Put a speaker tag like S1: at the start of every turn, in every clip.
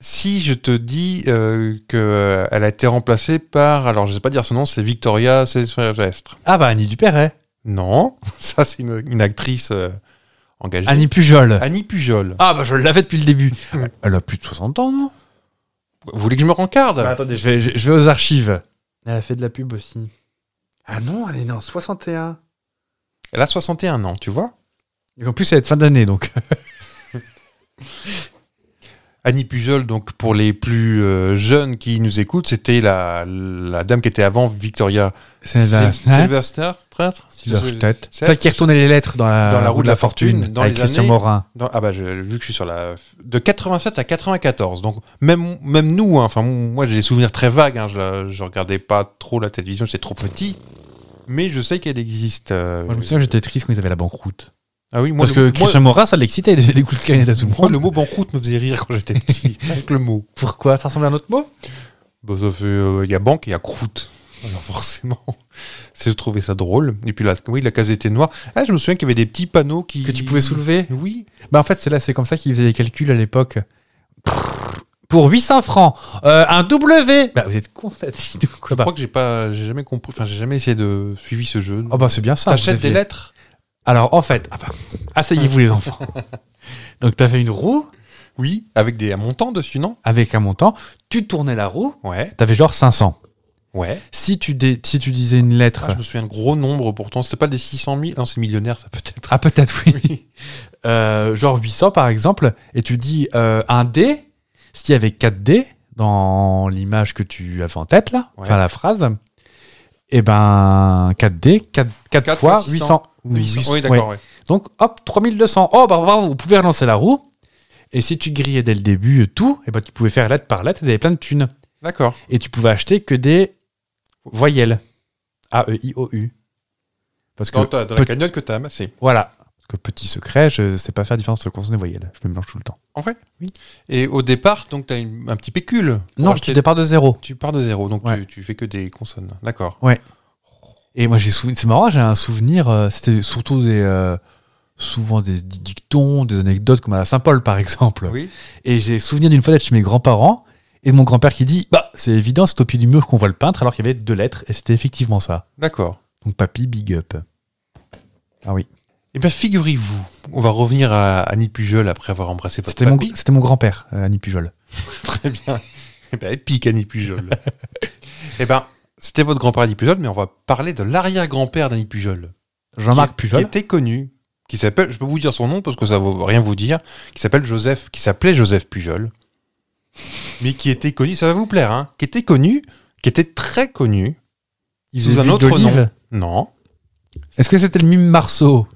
S1: Si je te dis euh, que qu'elle a été remplacée par, alors je sais pas dire son nom, c'est Victoria Silvestre.
S2: Ah bah Annie Dupéret,
S1: Non, ça c'est une, une actrice euh, engagée.
S2: Annie Pujol.
S1: Annie Pujol.
S2: Ah bah je l'avais depuis le début. Elle a plus de 60 ans, non
S1: Vous voulez que je me rencarde
S2: Bah, Attendez, je vais, je- je vais aux archives. Elle a fait de la pub aussi. Ah non, elle est née en 61.
S1: Elle a 61 ans, tu vois.
S2: Et en plus, elle est de fin d'année, donc.
S1: Annie Pujol, donc pour les plus euh, jeunes qui nous écoutent, c'était la, la dame qui était avant Victoria
S2: C'est la...
S1: Sil- Silverster, traître
S2: Silverstedt.
S1: c'est-
S2: Celle qui retournait les lettres dans la,
S1: Dans la roue de la fortune, dans
S2: avec
S1: les
S2: Christian
S1: années-
S2: Morin.
S1: Non, ah bah je- vu que je suis sur la de 87 à 94 donc même même nous hein, enfin moi j'ai des souvenirs très vagues hein, je, la- je regardais pas trop la télévision j'étais trop petit mais je sais qu'elle existe euh,
S2: Moi, je me souviens que j'étais triste quand ils avaient la banqueroute.
S1: ah oui moi
S2: Parce
S1: le,
S2: que Christian Morin, ça l'excitait, il faisait des coups de clarinette à tout le
S1: moi- moi,
S2: monde.
S1: le mot banqueroute me faisait rire quand j'étais petit avec le mot
S2: Pourquoi Ça ressemble à un autre mot
S1: Bah, ça fait, euh, il y a banque et il y a croûte alors forcément c'est- je trouvais ça drôle et puis la oui la case était noire ah je me souviens qu'il y avait des petits panneaux qui
S2: Que tu pouvais soulever
S1: oui
S2: Bah en fait, c'est là, c'est comme ça qu'ils faisaient les calculs à l'époque. Pour 800 francs, euh, un W. Bah vous êtes con, la dit quoi
S1: je crois que j'ai pas j'ai jamais compris enfin j'ai jamais essayé de suivre ce jeu
S2: Oh bah c'est bien ça.
S1: t'achètes
S2: vous avez-
S1: des lettres
S2: Alors en fait, ah bah, asseyez-vous les enfants. Donc t'as fait une roue
S1: Oui, avec des montants dessus, non
S2: avec un montant, tu tournais la roue,
S1: Ouais,
S2: t'avais genre 500.
S1: ouais.
S2: Si tu, dé- si tu disais une lettre,
S1: Ah, je me souviens de gros nombres pourtant. C'était pas des 600 000. Non, c'est millionnaire, ça peut-être.
S2: ah peut-être oui, Euh, genre 800 par exemple, et tu dis euh, un D, s'il y avait 4 D dans l'image que tu avais en tête là,
S1: Ouais.
S2: enfin la phrase, et ben 4 D, 4,
S1: Quatre
S2: fois,
S1: fois
S2: 800.
S1: 600.
S2: Ou 800,
S1: oui,
S2: ouais.
S1: d'accord, ouais.
S2: Donc, hop, 3200. Oh, bah, bravo, vous pouvez relancer la roue. Et si tu grillais dès le début euh, tout, et bah, tu pouvais faire lettre par lettre et t'avais plein de thunes.
S1: D'accord.
S2: Et tu pouvais acheter que des voyelles. E, A-E-I-O-U. Parce que,
S1: Dans, ta- dans
S2: peut-
S1: la cagnotte que t'as amassée.
S2: voilà. Parce que petit secret, je sais pas faire différence entre consonnes et voyelles. Je me mélange tout le temps.
S1: En vrai
S2: Oui.
S1: Et au départ, donc t'as une- un petit pécule. pour
S2: non,
S1: acheter-
S2: tu départ de zéro.
S1: tu pars de zéro, donc
S2: Ouais.
S1: tu, tu fais que des consonnes. D'accord.
S2: Et moi, j'ai souvenir, c'est marrant, j'ai un souvenir, euh, c'était surtout des, euh, souvent des, des dictons, des anecdotes comme à la Saint-Paul, par exemple.
S1: Oui.
S2: Et j'ai souvenir d'une fois d'être chez mes grands-parents et de mon grand-père qui dit Bah, c'est évident, c'est au pied du mur qu'on voit le peintre, alors qu'il y avait deux lettres, et c'était effectivement ça.
S1: D'accord.
S2: Donc, papy, big up. Ah oui.
S1: Eh bien, figurez-vous, on va revenir à Annie Pujol après avoir embrassé votre
S2: C'était mon,
S1: papy.
S2: c'était mon grand-père, euh, Annie Pujol.
S1: Très bien. Eh ben, épique Annie Pujol. eh ben, c'était votre grand-père Annie Pujol, mais on va parler de l'arrière-grand-père d'Annie Pujol.
S2: Jean-Marc
S1: qui,
S2: Pujol.
S1: qui était connu, qui s'appelle, je peux vous dire son nom parce que ça ne veut rien vous dire, qui s'appelle Joseph, qui s'appelait Joseph Pujol, mais qui était connu, ça va vous plaire, hein, qui était connu, qui était très connu,
S2: il
S1: sous
S2: faisait
S1: un
S2: l'huile
S1: autre
S2: d'olive.
S1: nom. Non,
S2: Est-ce que c'était le mime Marceau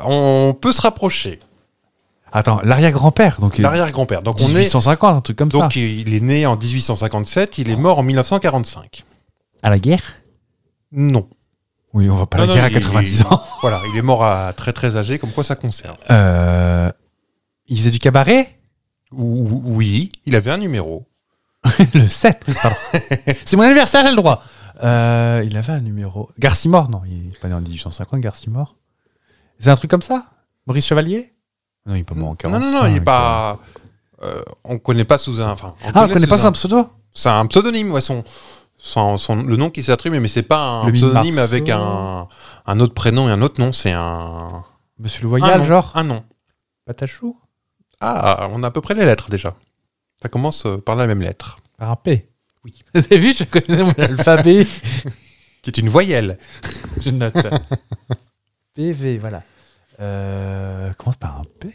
S1: on peut se rapprocher,
S2: Attends, l'arrière-grand-père, donc euh,
S1: l'arrière-grand-père. Donc on est,
S2: 1850, un truc comme
S1: donc
S2: ça.
S1: il est né en 1857, il est mort en 1945.
S2: À la guerre
S1: Non,
S2: Oui, on va pas à
S1: Non, non,
S2: la guerre à
S1: il est-
S2: 90 ans.
S1: voilà, il est mort à très très âgé, comme quoi ça conserve.
S2: Euh, il faisait du cabaret
S1: Ou- ou- Oui, il avait un numéro.
S2: Le 7. pardon. c'est mon anniversaire, j'ai le droit. Euh, il avait un numéro. Garcimore, non, il n'est pas né en 1850, Garcimore. C'est un truc comme ça Maurice Chevalier Non, il n'est pas mort en
S1: Non,
S2: 45.
S1: non, non, il n'est
S2: quoi.
S1: pas. euh, on connaît pas sous un. Enfin, on
S2: Ah, on connaît
S1: sous
S2: pas
S1: un-
S2: son pseudo
S1: C'est un pseudonyme, ouais, son, son- son- le nom qui s'attribue, mais c'est pas un
S2: Le
S1: pseudonyme
S2: Marceau.
S1: avec un, un autre prénom et un autre nom, c'est un.
S2: Monsieur le
S1: un
S2: Loyal,
S1: nom,
S2: genre
S1: Un nom.
S2: Patachou
S1: Ah, on a à peu près les lettres déjà. Ça commence euh, par la même lettre,
S2: Par un P.
S1: Oui.
S2: Vous avez vu, je connais mon alphabet.
S1: qui est une voyelle.
S2: je note. PV, voilà. Euh, commence par un P.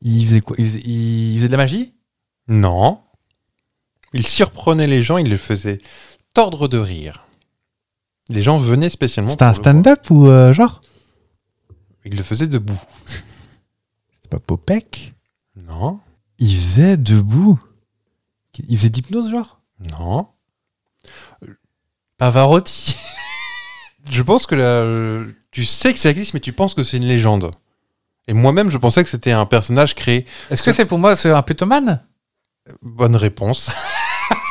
S2: Il faisait quoi il faisait, il faisait de la magie
S1: Non. Il surprenait les gens, il les faisait tordre de rire. Les gens venaient spécialement.
S2: C'était un
S1: pour le voir.
S2: stand-up ou euh, genre
S1: Il le faisait debout.
S2: C'est pas Popek
S1: Non.
S2: Il faisait debout. Il faisait d'hypnose, genre
S1: Non.
S2: Pavarotti.
S1: Je pense que la- euh, tu sais que ça existe, mais tu penses que c'est une légende. Et moi-même, je pensais que c'était un personnage créé.
S2: Est-ce que c'est pour moi c'est un pétomane
S1: Bonne réponse.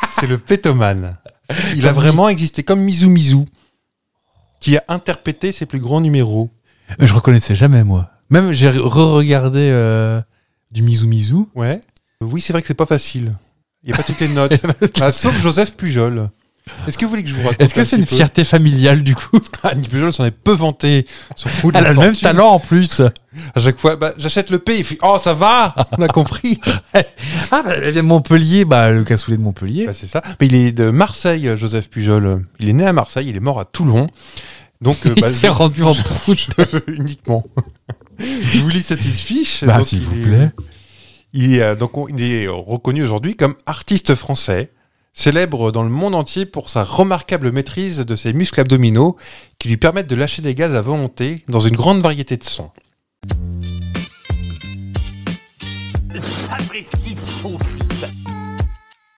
S1: c'est le pétomane. Il a vraiment existé comme Mizu Mizu, qui a interprété ses plus grands numéros.
S2: Je reconnaissais jamais, moi. Même j'ai re-regardé euh, du Mizu Mizu.
S1: Ouais. Oui, c'est vrai que c'est pas facile. Il n'y a pas toutes les notes. Ah, sauf Joseph Pujol. Est-ce que vous voulez que je vous raconte
S2: Est-ce que
S1: un
S2: c'est
S1: petit
S2: une
S1: peu
S2: fierté familiale du coup
S1: Annie Pujol s'en est peu vanté. Son coup de
S2: Elle a le même
S1: fortune.
S2: talent en plus.
S1: À chaque fois, bah, j'achète le P. Il fait Oh, ça va On a compris.
S2: Ah, bah, elle vient de Montpellier, bah, le cassoulet de Montpellier.
S1: Bah, c'est ça. Mais il est de Marseille, euh, Joseph Pujol. Il est né à Marseille, il est mort à Toulon. Donc, euh, bah,
S2: il s'est
S1: je-
S2: rendu en brouche.
S1: je veux uniquement. je vous lis cette petite fiche.
S2: Bah,
S1: Donc,
S2: s'il
S1: il
S2: vous
S1: est-
S2: plaît.
S1: Il est, euh, donc, on- il est reconnu aujourd'hui comme artiste français, célèbre dans le monde entier pour sa remarquable maîtrise de ses muscles abdominaux qui lui permettent de lâcher des gaz à volonté dans une grande variété de sons.
S3: Sapristi, faux